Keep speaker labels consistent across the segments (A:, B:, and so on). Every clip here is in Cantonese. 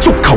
A: 球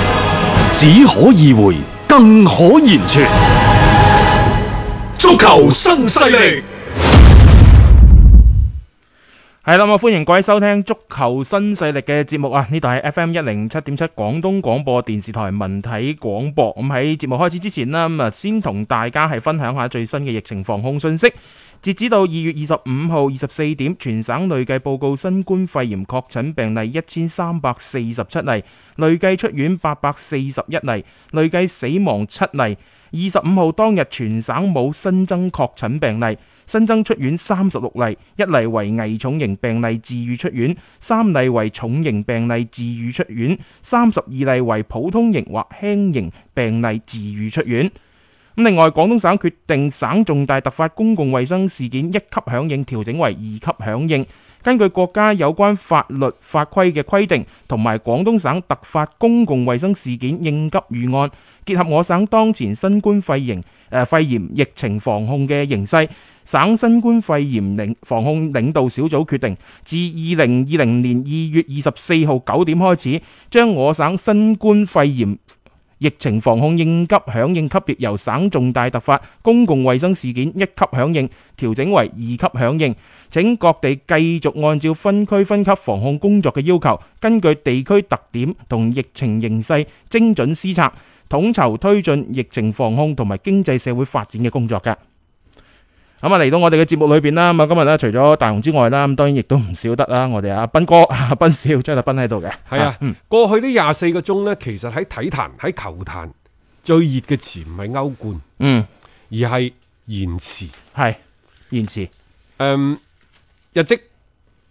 B: 只可意會，更可言傳。
A: 足球新勢力。
C: 係啦，咁啊，歡迎各位收聽足球新勢力嘅節目啊！呢度係 FM 一零七點七廣東廣播電視台文體廣播。咁喺節目開始之前啦，咁啊，先同大家係分享下最新嘅疫情防控信息。截止到二月二十五號二十四點，全省累計報告新冠肺炎確診病例一千三百四十七例，累計出院八百四十一例，累計死亡七例。二十五號當日全省冇新增確診病例，新增出院三十六例，一例為危重型病例治愈出院，三例為重型病例治愈出院，三十二例為普通型或輕型病例治愈出院。咁另外，廣東省決定省重大突發公共衛生事件一級響應調整為二級響應。根據國家有關法律法規嘅規定，同埋廣東省突發公共衛生事件應急預案，結合我省當前新冠肺炎誒、呃肺炎疫情防控嘅形勢，省新冠肺炎領防控領導小組決定，自二零二零年二月二十四號九點開始，將我省新冠肺炎疫情防控應急響應級別由省重大突發公共衛生事件一級響應調整為二級響應，請各地繼續按照分區分級防控工作嘅要求，根據地區特點同疫情形勢，精準施策，統籌推進疫情防控同埋經濟社會發展嘅工作嘅。咁啊，嚟到我哋嘅節目裏邊啦，咁啊，今日咧除咗大雄之外啦，咁當然亦都唔少得啦，我哋阿斌哥、阿斌少、張達斌喺度嘅。
D: 係啊，過去呢廿四個鐘呢，其實喺體壇、喺球壇最熱嘅詞唔係歐冠，
C: 嗯，
D: 而係延遲。
C: 係延遲，
D: 嗯，日職、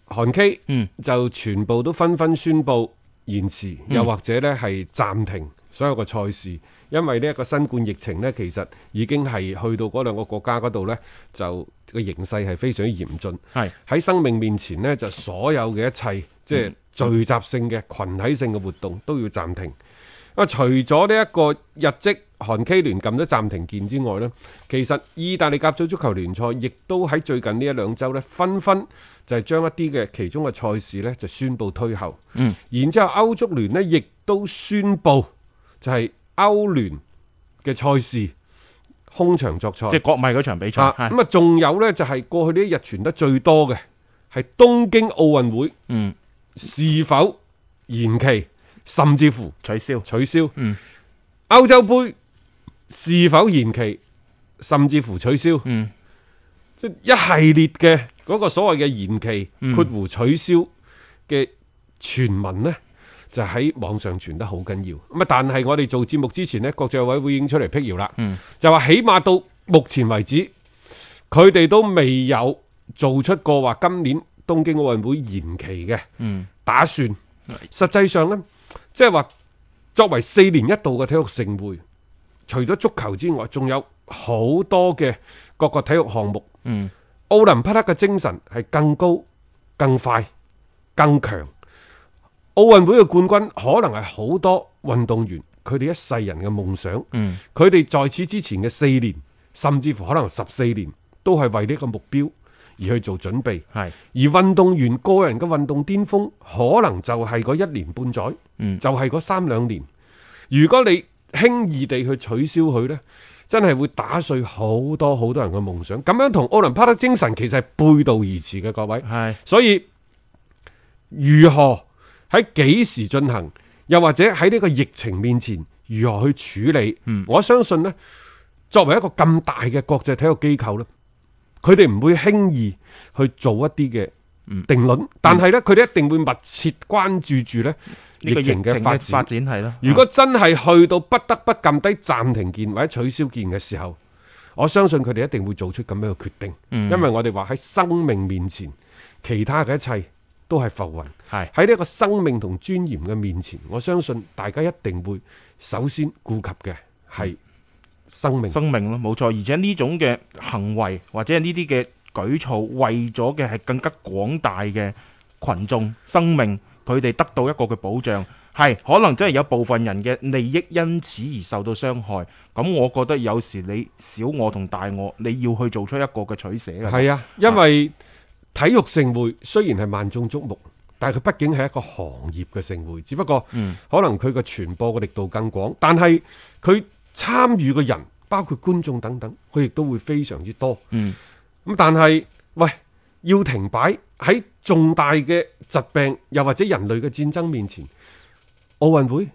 D: 韓 K
C: 嗯。
D: 就全部都紛紛宣布延遲，又或者呢係暫停所有嘅賽事，因為呢一個新冠疫情呢，其實已經係去到嗰兩個國家嗰度呢，就個形勢係非常之嚴峻。
C: 係
D: 喺生命面前呢，就所有嘅一切，即係聚集性嘅群體性嘅活動都要暫停。啊，除咗呢一個日職韓 K 聯撳咗暫停鍵之外呢，其實意大利甲組足球聯賽亦都喺最近呢一兩週呢，紛紛就係將一啲嘅其中嘅賽事呢就宣布推後。
C: 嗯，
D: 然之後歐足聯呢亦都宣布就係歐聯嘅賽事空場作賽
C: 即。係國米嗰場比賽，
D: 啊，
C: 係
D: 咁啊，仲有呢，就係、過去呢一日傳得最多嘅係東京奧運會
C: 嗯
D: 是否延期，甚至乎
C: 取消，
D: 取消。
C: 嗯，
D: 歐洲杯是否延期，甚至乎取消。
C: 嗯
D: 即一系列嘅嗰個所謂嘅延期、
C: 嗯
D: 括弧取消嘅傳聞呢，就喺網上傳得好緊要。咁啊，但係我哋做節目之前呢，國際奧委會已經出嚟辟謠啦，
C: 嗯
D: 就話起碼到目前為止，佢哋都未有做出過話今年東京奧運會延期嘅
C: 嗯
D: 打算。實際上呢，即係話作為四年一度嘅體育盛會，除咗足球之外，仲有好多嘅各個體育項目。
C: 嗯
D: 奧林匹克嘅精神係更高、更快、更強。奧運會嘅冠軍可能係好多運動員佢哋一世人嘅夢想，
C: 嗯
D: 佢哋在此之前嘅四年，甚至乎可能十四年，都係為呢個目標而去做準備。
C: 係
D: 而運動員個人嘅運動巔峰，可能就係嗰一年半載，
C: 嗯
D: 就係嗰三兩年。如果你輕易地去取消佢呢，真係會打碎好多好多人嘅夢想。咁樣同奧林匹克精神其實係背道而馳嘅，各位。
C: 係
D: 所以如何喺幾時進行，又或者喺呢個疫情面前如何去處理，
C: 嗯
D: 我相信呢，作為一個咁大嘅國際體育機構呢，佢哋唔會輕易去做一啲嘅
C: 嗯
D: 定論，但係呢，佢哋一定會密切關注住呢
C: 呢個疫情
D: 情嘅發
C: 嘅發
D: 展。
C: 展係咯。
D: 如果真係去到不得不撳低暫停鍵或者取消鍵嘅時候，我相信佢哋一定會做出咁樣嘅決定，
C: 嗯
D: 因為我哋話喺生命面前，其他嘅一切都係浮雲。
C: 係
D: 喺呢一個生命同尊嚴嘅面前，我相信大家一定會首先顧及嘅係生命。
C: 嗯生命咯，冇錯。而且呢種嘅行為或者係呢啲嘅舉措，為咗嘅係更加廣大嘅群眾生命，佢哋得到一個嘅保障。係可能真係有部分人嘅利益因此而受到傷害。咁我覺得有時你小我同大我，你要去做出一個嘅取捨㗎
D: 係啊，因為體育盛會雖然係萬眾矚目，但係佢畢竟係一個行業嘅盛會，只不過
C: 嗯
D: 可能佢嘅傳播嘅力度更廣，但係佢參與嘅人，包括觀眾等等，佢亦都會非常之多。
C: 嗯，
D: 咁但係喂，要停擺喺重大嘅疾病又或者人類嘅戰爭面前，奧運會、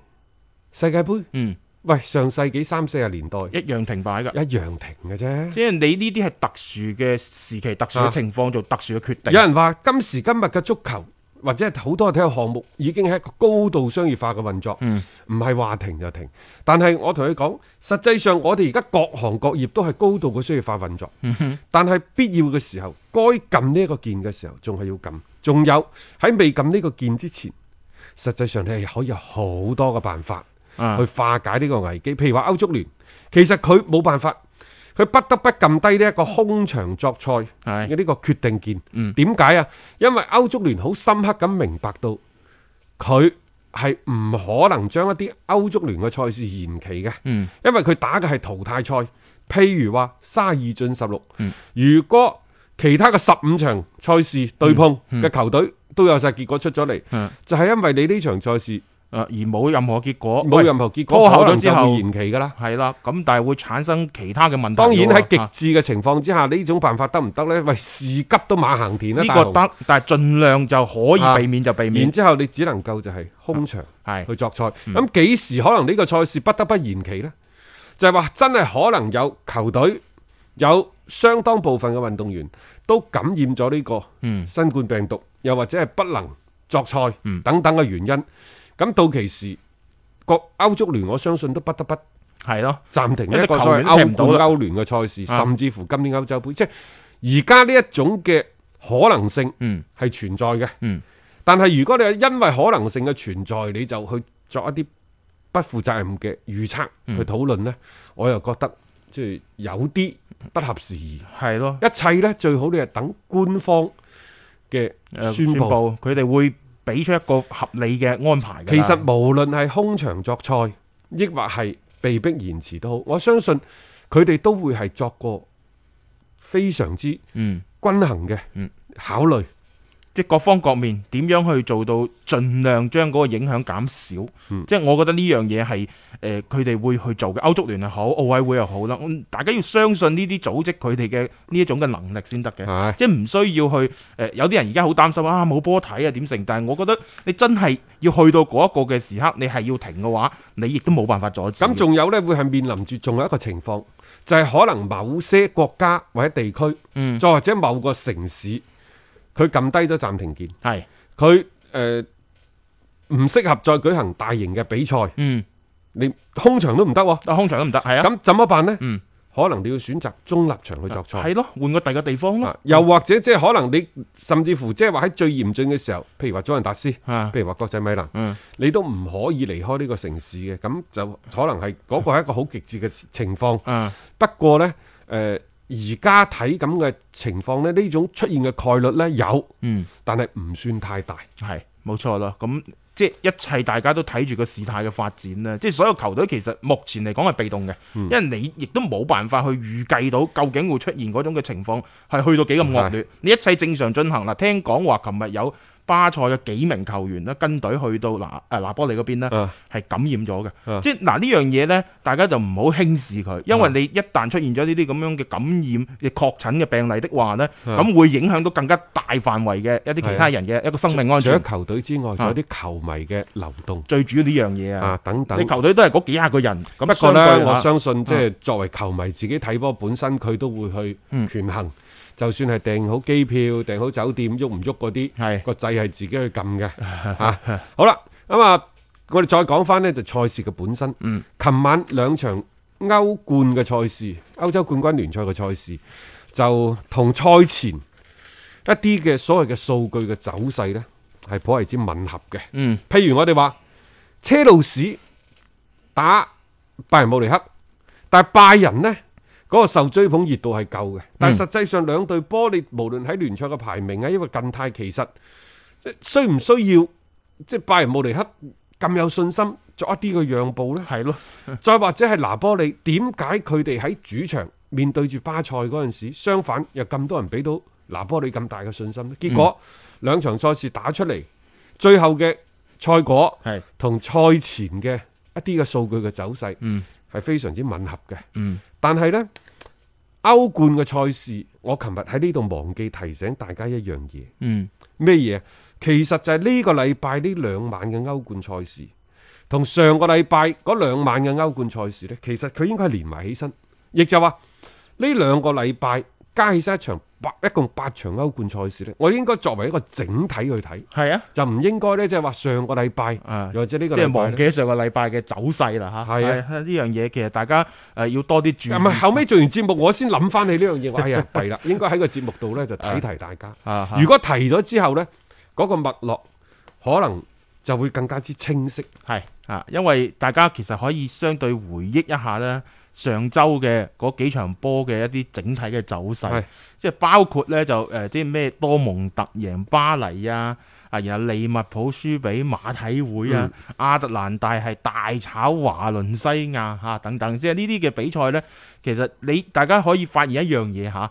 D: 世界盃，
C: 嗯，
D: 喂，上世紀三四十年代
C: 一樣停擺㗎。
D: 一樣停嘅啫。
C: 即係你呢啲係特殊嘅時期、特殊嘅情況做特殊嘅決定。
D: 有人話今時今日嘅足球或者係好多體育項目已經係一個高度商業化嘅運作，
C: 嗯
D: 唔係話停就停。但係我同你講，實際上我哋而家各行各業都係高度嘅商業化運作，但係必要嘅時候，該撳呢一個鍵嘅時候，仲係要撳。仲有喺未撳呢個鍵之前，實際上你係可以有好多嘅辦法。
C: 啊
D: 去化解呢個危機。譬如話歐足聯，其實佢冇辦法，佢不得不撳低呢一個空場作賽
C: 係
D: 嘅呢個決定鍵。
C: 嗯
D: 點解啊？因為歐足聯好深刻咁明白到，佢係唔可能將一啲歐足聯嘅賽事延期嘅。
C: 嗯
D: 因為佢打嘅係淘汰賽，譬如話卅二進十六、
C: 嗯
D: 如果其他嘅十五場賽事對碰嘅球隊都有晒結果出咗嚟，
C: 嗯
D: 就係因為你呢場賽事
C: 啊而冇任何結果，
D: 冇
C: 哦喂
D: 任何結果，
C: 拖後
D: 可能
C: 咗之
D: 就會
C: 後
D: 延期㗎啦。
C: 係啦，咁但係會產生其他嘅問題㗎喎。
D: 當然喺
C: 啊
D: 極致嘅情況之下，呢種辦法得唔得呢？喂，事急都馬行田啦，啊大
C: 呢個
D: 雄
C: 得，但係盡量就可以避免就避免
D: 然。之後你只能夠就係空場
C: 啊係嗯
D: 去作賽。咁幾時可能呢個賽事不得不延期呢？就係話真係可能有球隊有相當部分嘅運動員都感染咗呢個
C: 嗯
D: 新冠病毒，又或者係不能作賽
C: 嗯
D: 等等嘅原因。咁到其時，個歐足聯我相信都不得不
C: 係咯，
D: 暫停
C: 因
D: 一
C: 為
D: 個
C: 球
D: 所謂
C: 員都踢
D: 歐
C: 唔到
D: 冠、
C: 啦
D: 歐聯嘅賽事，
C: 啊
D: 甚至乎今年歐洲杯，即係而家呢一種嘅可能性
C: 嗯
D: 係存在嘅。
C: 嗯
D: 但係如果你係因為可能性嘅存在，你就去作一啲不負責任嘅預測
C: 嗯
D: 去討論呢，我又覺得即係有啲不合時宜。
C: 係咯，
D: 一切呢，最好你係等官方嘅
C: 誒
D: 宣
C: 呃宣
D: 佈。
C: 佈佢哋會俾出一個合理嘅安排㗎啦。
D: 其實無論係空場作賽，抑或係被迫延遲都好，我相信佢哋都會係作過非常之均
C: 嗯，
D: 衡嘅
C: 嗯
D: 考慮。
C: 即係各方各面點樣去做到，盡量將嗰個影響減少。
D: 嗯
C: 即係我覺得呢樣嘢係誒佢哋會去做嘅，歐足聯又好，奧委會又好啦，嗯大家要相信呢啲組織佢哋嘅呢一種嘅能力先得嘅。
D: 係
C: 即係唔需要去誒、呃有啲人而家好擔心啊，冇波睇啊點成？但係我覺得你真係要去到嗰一個嘅時刻，你係要停嘅話，你亦都冇辦法阻止。
D: 咁仲有呢，會係面臨住仲有一個情況，就係、可能某些國家或者地區，
C: 嗯
D: 再或者某個城市，佢撳低咗暫停鍵，
C: 係
D: 佢誒唔適合再舉行大型嘅比賽，
C: 嗯，
D: 你空場都唔得喎。
C: 啊空場都唔得，係啊，
D: 咁怎麼辦呢？
C: 嗯
D: 可能你要選擇中立場去作賽。
C: 係咯，換個第二個地方
D: 啊
C: 咯，
D: 又或者即係可能你甚至乎即係話喺最嚴峻嘅時候，譬如話祖雲達斯，
C: 啊
D: 譬如話國際米蘭，
C: 嗯
D: 你都唔可以離開呢個城市嘅，咁就可能係嗰個係一個好極致嘅情況。
C: 啊
D: 不過呢，誒而家睇咁嘅情況呢，呢種出現嘅概率呢有，
C: 嗯
D: 但係唔算太大。
C: 係冇錯啦，咁。即係一切，大家都睇住個事態嘅發展啦。即係所有球隊其實目前嚟講係被動嘅，因為你亦都冇辦法去預計到究竟會出現嗰種嘅情況係去到幾咁惡劣。你一切正常進行啦。聽講話，琴日有巴塞嘅幾名球員咧跟隊去到拿誒拿波利嗰邊咧，
D: 啊
C: 係感染咗
D: 啊
C: 嘅。即係嗱呢樣嘢呢，大家就唔好輕視佢，因為你一旦出現咗呢啲咁樣嘅感染嘅確診嘅病例的話呢，
D: 啊
C: 咁會影響到更加大範圍嘅一啲其他人嘅一個生命安
D: 除咗
C: 全。
D: 球隊之外，仲有啲球迷嘅流動
C: 最主要呢樣嘢啊
D: 啊，等等
C: 你。球隊都係嗰幾廿個人，咁
D: 不過
C: 相
D: 呢，
C: 對
D: 我
C: 啊
D: 相信即係作為球迷自己睇波本身，佢都會去
C: 嗯
D: 權衡。就算係訂好機票、訂好酒店，喐唔喐嗰啲，
C: 係
D: 個掣係自己去撳嘅。 嚇，好啦，咁啊，我哋再講翻呢，就賽事嘅本身。
C: 嗯，
D: 琴晚兩場歐冠嘅賽事、歐洲冠軍聯賽嘅賽事，就同賽前一啲嘅所謂嘅數據嘅走勢呢，係頗為之吻合嘅。
C: 嗯，
D: 譬如我哋話車路士打拜仁慕尼黑，但係拜仁呢嗰、個受追捧熱度係夠嘅，但係實際上兩隊波你無論喺聯賽嘅排名啊，因為近態其實即係需唔需要即係拜仁慕尼黑咁有信心作一啲嘅讓步呢？
C: 係咯，
D: 再或者係拿波利，點解佢哋喺主場面對住巴塞嗰陣時，相反又咁多人俾到拿波利咁大嘅信心呢？結果、兩場賽事打出嚟，最後嘅賽果
C: 係
D: 同賽前嘅一啲嘅數據嘅走勢
C: 嗯
D: 係非常之吻合嘅。
C: 嗯，
D: 但係呢，歐冠嘅賽事，我琴日喺呢度忘記提醒大家一樣嘢，
C: 嗯
D: 咩嘢？其實就係呢個禮拜呢兩晚嘅歐冠賽事，同上個禮拜嗰兩晚嘅歐冠賽事呢，其實佢應該係連埋起身，亦就話呢兩個禮拜加起身一場八，一共八場歐冠賽事呢，我應該作為一個整體去睇，
C: 係啊，
D: 就唔應該呢，即係話上個禮拜
C: 啊
D: 又或者呢
C: 即
D: 個禮
C: 係
D: 拜
C: 忘
D: 呢
C: 記上個禮拜嘅走勢啦嚇。
D: 係啊
C: 呢樣嘢其實大家誒要多啲注意。
D: 唔係後尾做完節目，我先諗翻起呢樣嘢， 我哎呀弊啦，應該喺個節目度呢，就提提大家。
C: 啊，
D: 如果提咗之後呢，嗰、個脈絡可能就會更加之清晰。
C: 係啊，因為大家其實可以相對回憶一下咧，上周嘅嗰幾場波嘅一啲整體嘅走勢
D: 係，
C: 即係包括咧就誒即係咩多蒙特贏巴黎啊，啊然後利物浦輸俾馬體會啊，亞特蘭大係大炒華倫西亞嚇、等等，即係呢啲嘅比賽咧，其實你大家可以發現一樣嘢嚇。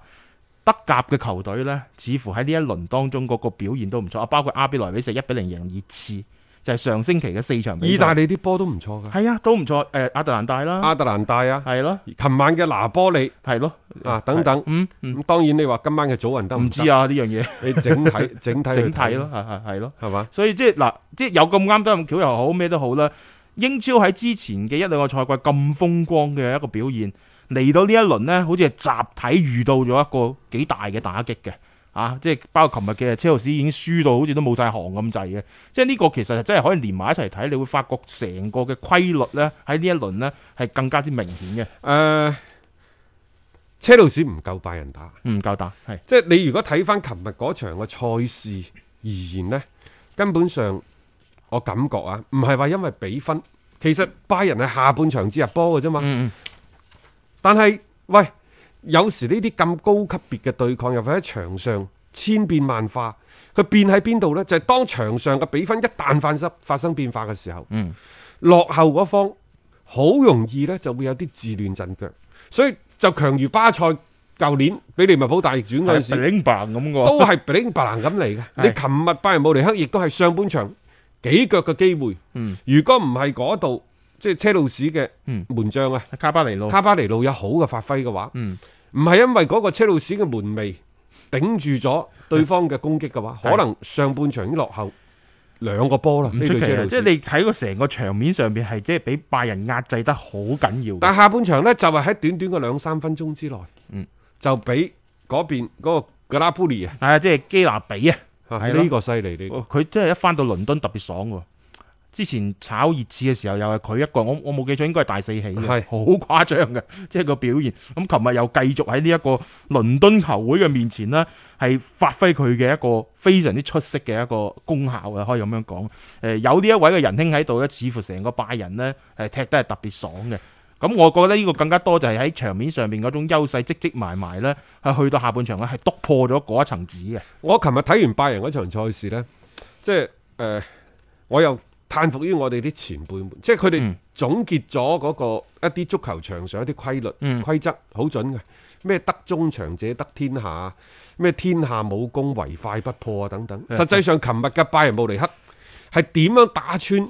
C: 德甲嘅球隊呢，似乎喺呢一輪當中嗰個表現都唔錯啊，包括阿比萊比錫一比零贏熱刺，就係、上星期嘅四場比賽。
D: 意大利啲波都唔錯㗎，
C: 係啊，都唔錯。誒、亞特蘭大啦，
D: 亞特蘭大啊，
C: 係咯，
D: 琴晚嘅拿波利
C: 係咯，
D: 啊等等。
C: 嗯嗯，
D: 咁當然你話今晚嘅祖雲得
C: 唔知
D: 得？
C: 啊呢樣嘢，
D: 你整 體整體去
C: 整體咯，，係係係咯。
D: 係嘛？
C: 所以即係嗱，即係有咁啱得咁巧又好，咩都好啦。英超喺之前嘅一兩個賽季咁風光嘅一個表現，嚟到呢一輪呢，好似係集體遇到咗一個幾大嘅打擊嘅。啊！即係包括琴日嘅車路士已經輸到好似都冇晒行咁滯嘅，即係呢個其實真係可以連埋一齊睇，你會發覺成個嘅規律呢，喺呢一輪呢係更加之明顯
D: 誒，車路士唔夠拜仁打，
C: 嘅，唔夠打係
D: 即係你如果睇翻琴日嗰場嘅賽事而言呢，根本上我感覺啊，唔係話因為比分，其實拜仁係下半場至入波嘅啫嘛。
C: 嗯嗯
D: 但係喂，有時呢啲咁高級別嘅對抗，又或者喺場上千變萬化，佢變喺邊度呢？就係、當場上嘅比分一旦發生發生變化嘅時候，
C: 嗯
D: 落後嗰方好容易呢就會有啲自亂陣腳，所以就強如巴塞舊年俾利物浦大逆轉嗰陣時，
C: 零棒咁嘅
D: 都係 bling 白蘭咁嚟嘅。你琴日拜仁慕尼黑亦都係上半場幾腳嘅機會，
C: 嗯
D: 如果唔係嗰度即係車路士嘅
C: 嗯
D: 門將啊，
C: 卡巴尼路，
D: 卡巴尼路有好嘅發揮嘅話。
C: 嗯
D: 唔係因為嗰個車路士嘅門楣頂住咗對方嘅攻擊嘅話，
C: 係
D: 可能上半場已經落後兩個波啦。
C: 唔
D: 呢
C: 出
D: 隊
C: 奇
D: 車
C: 啊！
D: 路
C: 即係
D: 士，
C: 你睇個成個場面上面係即係俾拜仁壓制得好緊要嘅，
D: 但下半場呢，就係喺短短嘅兩三分鐘之內，
C: 嗯
D: 就俾嗰邊嗰個格拉布利啊，
C: 係啊，即係基拿比啊，
D: 啊
C: 係咯
D: 呢個犀利呢個。
C: 佢真係一翻到倫敦特別爽喎。之前炒熱刺嘅時候又係佢一個，我我冇記錯應該係大四喜嘅，
D: 係
C: 好誇張嘅， 即係個表現。咁琴日又繼續喺呢一個倫敦球會嘅面前呢，係發揮佢嘅一個非常之出色嘅一個功效嘅，可以咁樣講。誒、有呢一位嘅仁兄喺度呢，似乎成個拜仁呢，誒踢得係特別爽嘅。咁我覺得呢個更加多就係喺場面上面嗰種優勢積積埋埋呢，係去到下半場呢，係篤破咗嗰一層紙嘅。
D: 我琴日睇完拜仁嗰場賽事呢，即係誒、呃我又嘆服於我哋啲前輩們，即係佢哋
C: 嗯
D: 總結咗嗰個一啲足球場上一啲規律、
C: 嗯
D: 規則，好準嘅。咩得中場者得天下，咩天下武功唯快不破啊等等。
C: 嗯
D: 實際上，琴日嘅拜仁慕尼黑係點樣打穿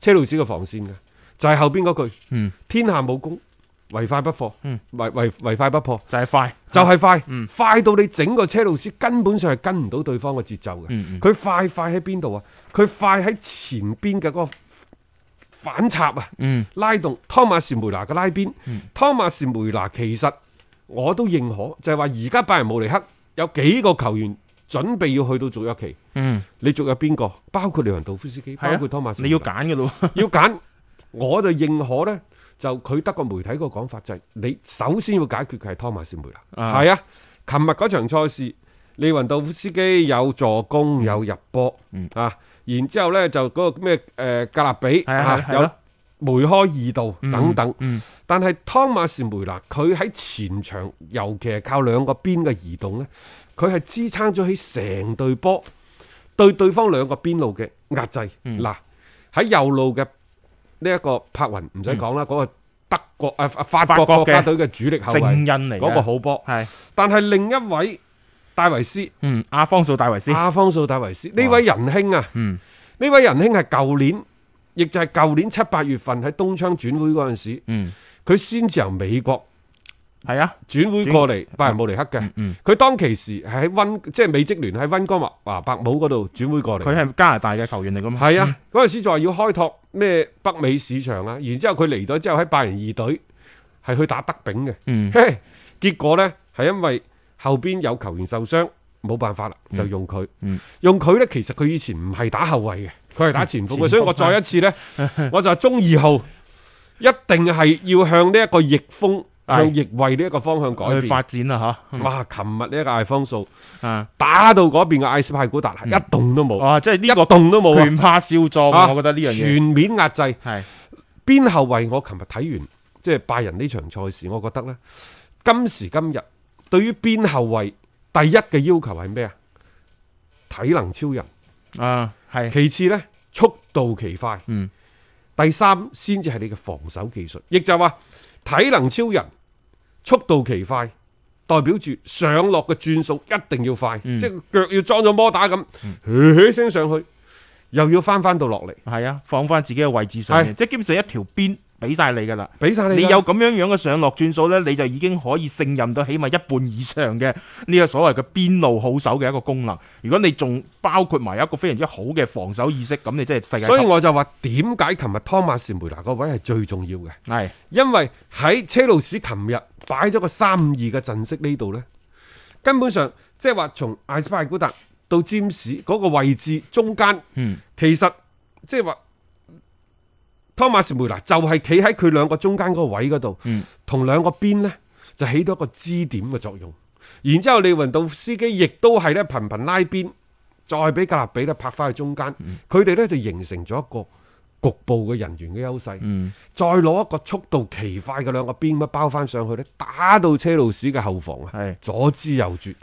D: 車路士嘅防線嘅？就係、後邊嗰句
C: 嗯，
D: 天下武功唯快不破，
C: 嗯
D: 唯唯唯快不破。
C: 就係、快，
D: 就係快，
C: 嗯
D: 快到你整個車路士根本上係跟唔到對方嘅節奏嘅。佢、
C: 嗯嗯
D: 快快喺邊度啊？佢快喺前邊嘅嗰個反插啊，
C: 嗯。
D: 拉動湯馬士梅拿嘅拉邊。湯馬士梅拿其實我都認可，就係話而家拜仁慕尼黑有幾個球員準備要去到續約期，
C: 嗯，
D: 你續約邊個？包括利雲道夫斯基，
C: 係
D: 包
C: 啊
D: 括湯馬士梅拿。
C: 你要揀嘅咯，
D: 要揀，我就認可呢，就佢德國媒體個講法就係、你首先要解決佢係湯馬士梅拿。
C: 啊
D: 係啊，琴日嗰場賽事，利雲道夫斯基有助攻有入波，
C: 嗯
D: 啊，然之後呢，就嗰個咩誒、呃格納比
C: 係啊係啊係
D: 有
C: 咯
D: 梅開二度
C: 嗯
D: 等等，
C: 嗯
D: 但係湯馬士梅拿佢喺前場，尤其係靠兩個邊嘅移動呢，佢係支撐咗起成隊波對對方兩個邊路嘅壓制。嗱、
C: 嗯
D: 喺右路嘅呢一個柏雲唔使講啦，嗰、個德國啊啊法
C: 嗯法
D: 國
C: 國
D: 國家
C: 嘅
D: 隊嘅主力後
C: 正印
D: 衞
C: 嚟嘅
D: 嗰個好波，
C: 係
D: 但係另一位戴維斯
C: 嗯阿方素戴維斯，
D: 阿方素戴維斯呢位仁兄啊，
C: 嗯
D: 呢位仁兄係舊年，亦就係舊年七八月份喺東窗轉會嗰陣時，
C: 嗯
D: 佢先至由美國。
C: 係啊，
D: 轉會過嚟拜仁慕尼黑嘅
C: 嗯，嗯，
D: 佢當其時係喺温即係美職聯喺温哥華白姆嗰度轉會過嚟。
C: 佢係加拿大嘅球員嚟噶嘛，
D: 係啊，嗰陣時就話要開拓咩北美市場啊，然之後佢嚟咗之後喺拜仁二隊係去打德丙嘅，
C: 嗯，
D: 嘿，結果呢，係因為後邊有球員受傷，冇辦法啦，就用佢。
C: 嗯
D: 用佢呢，其實佢以前唔係打後衞嘅，佢係打前鋒嘅，
C: 嗯前鋒
D: 所以我再一次 呢，我就話中二號一定係要向呢一個逆風、
C: 係
D: 向逆位呢一個方向改
C: 嗯去
D: 變。嗯
C: 發展啦嚇，嗯
D: 哇！琴日呢一個艾方素
C: 啊
D: 打到嗰邊嘅艾斯派古達係一動都冇，
C: 哇，即係呢
D: 一
C: 個
D: 動都冇啊
C: 嗯哦拳怕少壯
D: 啊
C: 啊，我覺得呢樣嘢
D: 全面壓制
C: 係
D: 邊後衞。我琴日睇完即係拜仁呢場賽事，我覺得呢，今時今日對於邊後衞第一嘅要求係咩啊？體能超人，
C: 啊係，
D: 其次呢，速度奇快，
C: 嗯
D: 第三先至係你嘅防守技術，亦就係話體能超人、速度奇快，代表住上落嘅轉數一定要快，
C: 嗯
D: 即係腳要裝咗摩打咁，嘘嘘聲上去，又要翻翻到落嚟，
C: 係啊，放翻自己嘅位置上面，
D: 係
C: 即係基本上一條邊俾晒你㗎啦。
D: 俾晒你
C: 你
D: 㗎
C: 有咁樣樣嘅上落轉數呢，你就已經可以勝任到起碼一半以上嘅呢個所謂嘅邊路好手嘅一個功能。如果你仲包括埋一個非常之好嘅防守意識，咁你真係世界級
D: 所以我就話點解琴日湯馬士梅拿個位係最重要嘅，
C: 係
D: 因為喺車路士琴日擺咗個三二嘅陣式呢度呢，根本上即係話從艾斯派古達到詹士嗰個位置中間。
C: 嗯
D: 其實即係話，湯馬士梅拿就係企喺佢兩個中間嗰個位嗰度
C: 嗯，
D: 同兩個邊呢，就起到一個支點嘅作用。然之後，利雲道夫斯基亦都係咧頻頻拉邊，再俾格納比咧拍翻去中間，
C: 嗯
D: 佢哋呢就形成咗一個局部嘅人員嘅優勢。
C: 嗯
D: 再攞一個速度奇快嘅兩個邊乜包翻上去咧，打到車路士嘅後防啊，
C: 係
D: 左支右絀，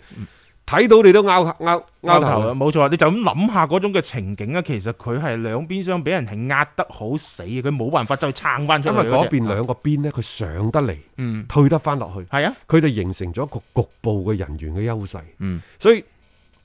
D: 睇到你都拗拗拗頭
C: 拗頭
D: 啊
C: 啊，冇錯，你就咁諗下嗰種嘅情景啊，其實佢係兩邊相俾人係壓得好死，佢冇辦法再撐翻出
D: 因
C: 嚟
D: 為
C: 嗰隻。
D: 嗰邊兩個邊呢，佢上得嚟，
C: 嗯
D: 退得翻落去，
C: 係啊
D: 佢就形成咗一個局部嘅人員嘅優勢。
C: 嗯
D: 所以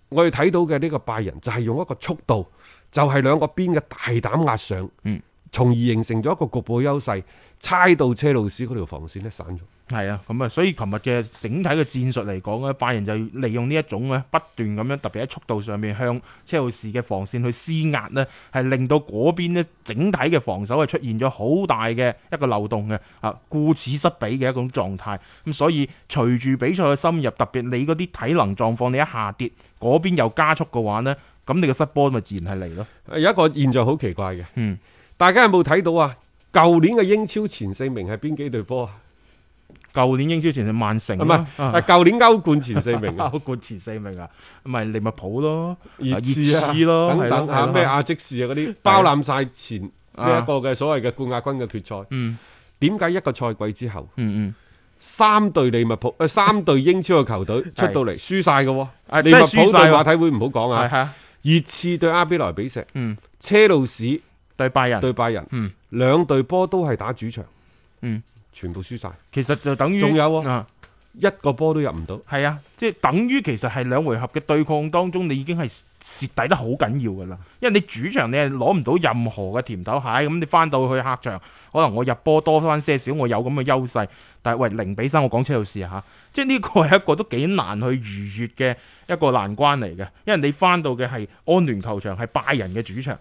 D: 我哋睇到嘅呢個拜仁就係用一個速度，就係、兩個邊嘅大膽壓上，
C: 嗯
D: 從而形成咗一個局部嘅優勢，猜到車路士嗰條防線呢散咗。
C: 係啊，咁啊，所以琴日嘅整體嘅戰術嚟講咧，拜仁就利用呢一種咧不斷咁樣，特別喺速度上面向車路士嘅防線去施壓咧，係令到嗰邊咧整體嘅防守係出現咗好大嘅一個漏洞嘅啊，顧此失彼嘅一種狀態。咁所以隨住比賽嘅深入，特別你嗰啲體能狀況你一下跌，嗰邊又加速嘅話咧，咁你嘅失波咪自然係嚟咯。
D: 有一個現象好奇怪嘅，
C: 嗯，
D: 大家有冇睇到啊？舊年嘅英超前四名係邊幾隊波啊？
C: 舊年英超前係曼城
D: 唔係
C: 啦，，
D: 係舊年歐冠前四名啊，
C: 包括前四名啊，咪利物浦咯。
D: 熱
C: 刺啊
D: 刺咯，等等
C: 係咯係
D: 嚇
C: 咯
D: 咩亞積士啊嗰啲，包攬晒前呢一個嘅所謂嘅冠亞軍嘅決賽。
C: 嗯
D: 點解一個賽季之後，
C: 嗯嗯。
D: 三隊利物浦、呃、三隊英超嘅球隊出到嚟輸晒嘅喎？
C: 啊係
D: 利
C: 真係
D: 物
C: 輸
D: 浦
C: 晒
D: 對
C: 喎
D: 馬體會唔好講
C: 係
D: 啊，
C: 係啊，
D: 熱刺對阿比萊比錫，
C: 嗯，
D: 車路士
C: 對拜仁，
D: 對拜仁，
C: 嗯
D: 兩隊波都係打主場，
C: 嗯，
D: 全部輸晒，
C: 其實就等於
D: 仲有喎
C: 啊，
D: 一個波都入唔到。
C: 係啊，即係等於其實係兩回合嘅對抗當中，你已經係蝕底得好緊要噶啦，因為你主場你係攞唔到任何嘅甜頭蟹，咁你翻到去客場，可能我入波多翻些少，我有咁嘅優勢，但係喂零比三，我講車路士嚇，即係呢個係一個都幾難去逾越嘅一個難關嚟嘅，因為你翻到嘅係安聯球場，係拜仁嘅主場。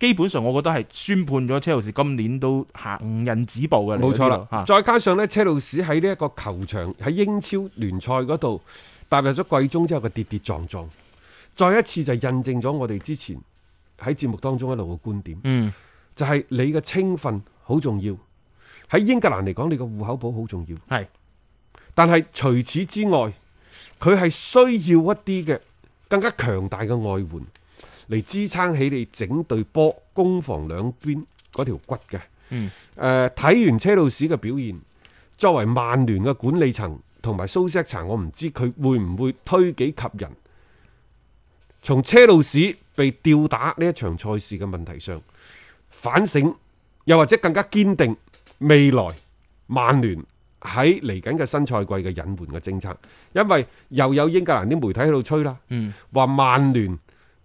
C: 基本上，我覺得係宣判咗車路士今年都行人止步嘅嚟嘅呢
D: 冇
C: 度。
D: 錯啦
C: 嚇，
D: 再加上呢，車路士喺呢一個球場喺英超聯賽嗰度踏入咗季中之後嘅跌跌撞撞，再一次就印證咗我哋之前喺節目當中一路嘅觀點，
C: 嗯，
D: 就係、你嘅青訓好重要。喺英格蘭嚟講，你個戶口簿好重要，
C: 係，
D: 但係除此之外，佢係需要一啲嘅更加強大嘅外援嚟支撐起你整隊波攻防兩邊嗰條骨嘅。
C: 嗯，
D: 誒睇、完車路士嘅表現，作為曼聯嘅管理層同埋蘇斯查，我唔知佢會唔會推己及人。從車路士被吊打呢一場賽事嘅問題上，反省又或者更加堅定未來曼聯喺嚟緊嘅新賽季嘅隱瞞嘅政策，因為又有英格蘭啲媒體喺度吹啦，
C: 嗯
D: 話曼聯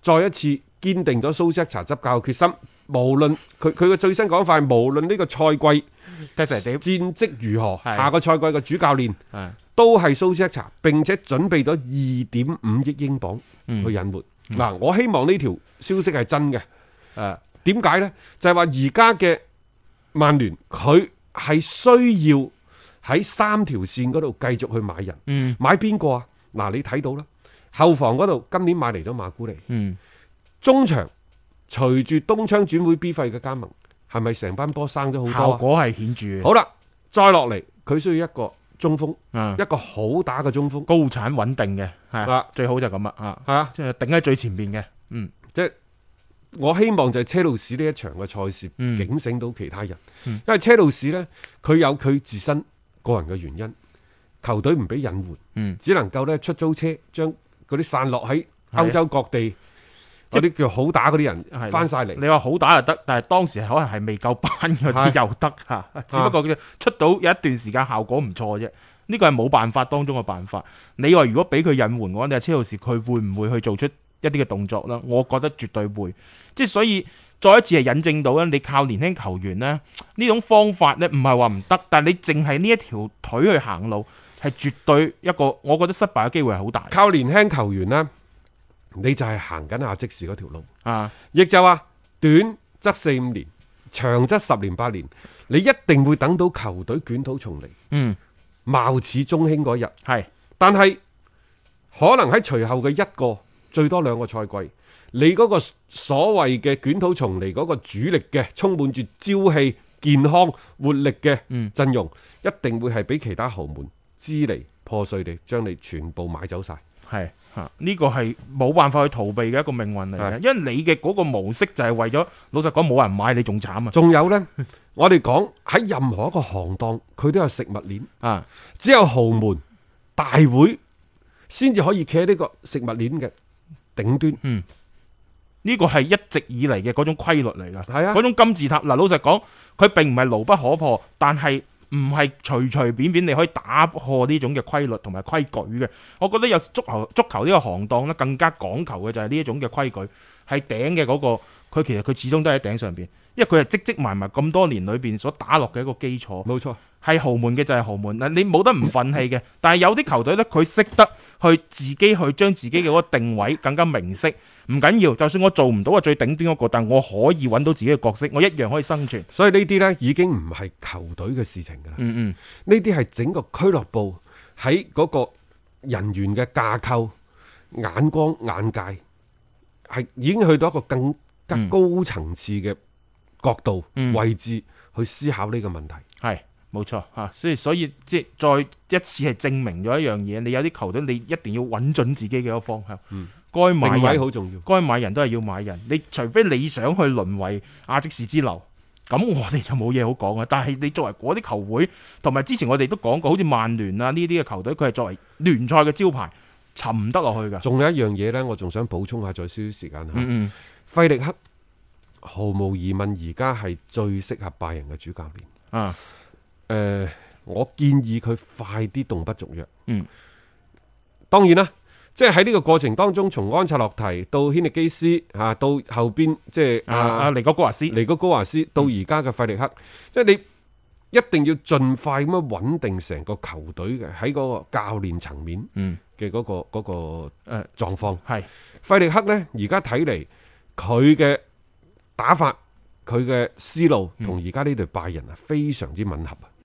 D: 再一次堅定咗蘇斯查執教嘅決心。無論佢佢嘅最新講法係，無論呢個賽季
C: 踢成點？
D: 戰績如何，
C: 係
D: 下個賽季嘅主教練
C: 係
D: 都係蘇斯查，並且準備咗二點五億英鎊
C: 嗯
D: 去引援。嗱、我希望呢條消息係真嘅。
C: 誒
D: 點解呢？就係話而家嘅曼聯，佢係需要喺三條線嗰度繼續去買人，
C: 嗯
D: 買邊個啊？嗱，你睇到啦，後防嗰度今年買嚟咗馬古尼，
C: 嗯
D: 中場隨住東窗轉會 B 費嘅加盟，係咪成班波生咗好
C: 效
D: 多啊？
C: 果係顯著嘅。
D: 好啦，再落嚟佢需要一個中鋒，
C: 啊
D: 一個好打嘅中鋒，
C: 高產穩定嘅，係啊
D: 啊
C: 最好就咁啦啊，
D: 係啊！
C: 即係頂喺最前邊嘅。嗯
D: 即係我希望就係車路士呢一場嘅賽事
C: 嗯
D: 警醒到其他人，
C: 嗯
D: 因為車路士呢，佢有佢自身個人嘅原因，球隊唔俾引援，
C: 嗯
D: 只能夠呢出租車將嗰啲散落喺
C: 係啊
D: 歐洲各地嗰啲叫好打嗰啲
C: 係
D: 人翻晒嚟，
C: 你話好打就得，但係當時可能係未夠班嗰啲
D: 係
C: 又得嚇，只不過佢出到有一段時間效果唔錯啫。呢個係冇辦法當中嘅辦法。你話如果俾佢引援嘅話，你話車路士佢會唔會去做出一啲嘅動作呢？我覺得絕對會。即係所以再一次係引證到咧，你靠年輕球員呢，呢種方法呢，唔係話唔得，但係你淨係呢一條腿去行路係絕對一個，我覺得失敗嘅機會係好大
D: 靠年輕球員呢，你就係行緊阿積士嗰條路，
C: 啊！
D: 亦就話短則四五年，長則十年八年，你一定會等到球隊捲土重嚟，
C: 嗯，
D: 貌似中興嗰日。
C: 係
D: 但係可能喺隨後嘅一個最多兩個賽季，你嗰個所謂嘅捲土重嚟嗰個主力嘅充滿住朝氣、健康、活力嘅
C: 嗯
D: 陣容，一定會係俾其他豪門支離破碎地將你全部買走晒。
C: 係嚇，呢個係冇辦法去逃避嘅一個命運嚟嘅，
D: 啊係
C: 因為你嘅嗰個模式就係為咗老實講冇人買你仲慘啊！
D: 仲有呢，我哋講喺任何一個行當，佢都有食物鏈，
C: 啊，
D: 只有豪門大會先至可以企喺呢個食物鏈嘅頂端。
C: 呢個係一直以嚟嘅嗰種規律嚟㗎，
D: 係啊
C: 嗰種金字塔嗱，老實講，佢並唔係牢不可破，但係唔係隨隨便便你可以打破呢種嘅規律同埋規矩嘅。我覺得有足球足球呢個行當咧，更加講求嘅就係呢一種嘅規矩，係頂嘅嗰、個，佢其實佢始終都喺頂上邊，因為佢係積積埋埋咁多年裏邊所打落嘅一個基礎。
D: 冇錯。
C: 係豪門嘅就係豪門，嗱你冇得唔憤氣嘅。 但係有啲球隊呢，佢識得去自己去將自己嘅嗰個定位更加明晰。唔緊要，就算我做唔到啊最頂端嗰、個，但我可以揾到自己嘅角色，我一樣可以生存。
D: 所以呢啲呢已經唔係球隊嘅事情㗎啦。
C: 嗯
D: 呢啲係整個俱樂部喺嗰個人員嘅架構、眼光、眼界，係已經去到一個更加
C: 嗯
D: 高層次嘅角度、
C: 嗯
D: 位置去思考呢個問題。
C: 嗯，係冇錯嚇、啊所以所以即係再一次係證明咗一樣嘢，你有啲球隊你一定要揾準自己嘅一個方向。
D: 嗯，
C: 該買
D: 定位
C: 人
D: 好重要。
C: 該買人都係要買人，你除非你想去淪為亞積士之流，咁我哋就冇嘢好講啊。但係你作為嗰啲球會，同埋之前我哋都講過，好似曼聯啊呢啲嘅球隊，佢係作為聯賽嘅招牌，沉唔得落去㗎。
D: 仲有一樣嘢呢，我仲想補充下，再少少時間嚇。啊
C: 嗯
D: 費力克毫無疑問，而家係最適合拜仁嘅主教練。
C: 嗯啊
D: 誒、我建議佢快啲動筆續約。
C: 嗯，
D: 當然啦，即係喺呢個過程當中，從安察洛提到軒尼基斯啊，到後邊即係
C: 啊啊！嗯尼哥哥華斯，
D: 尼哥高華斯，到而家嘅費力克，即係你一定要盡快咁樣穩定成個球隊嘅喺嗰個教練層面
C: 嗯
D: 嘅嗰、個嗰、
C: 誒
D: 個狀況。
C: 係
D: 費力克呢，而家睇嚟佢嘅
C: 嗯
D: 打法、佢嘅思路同而家呢隊拜仁啊非常之吻合啊！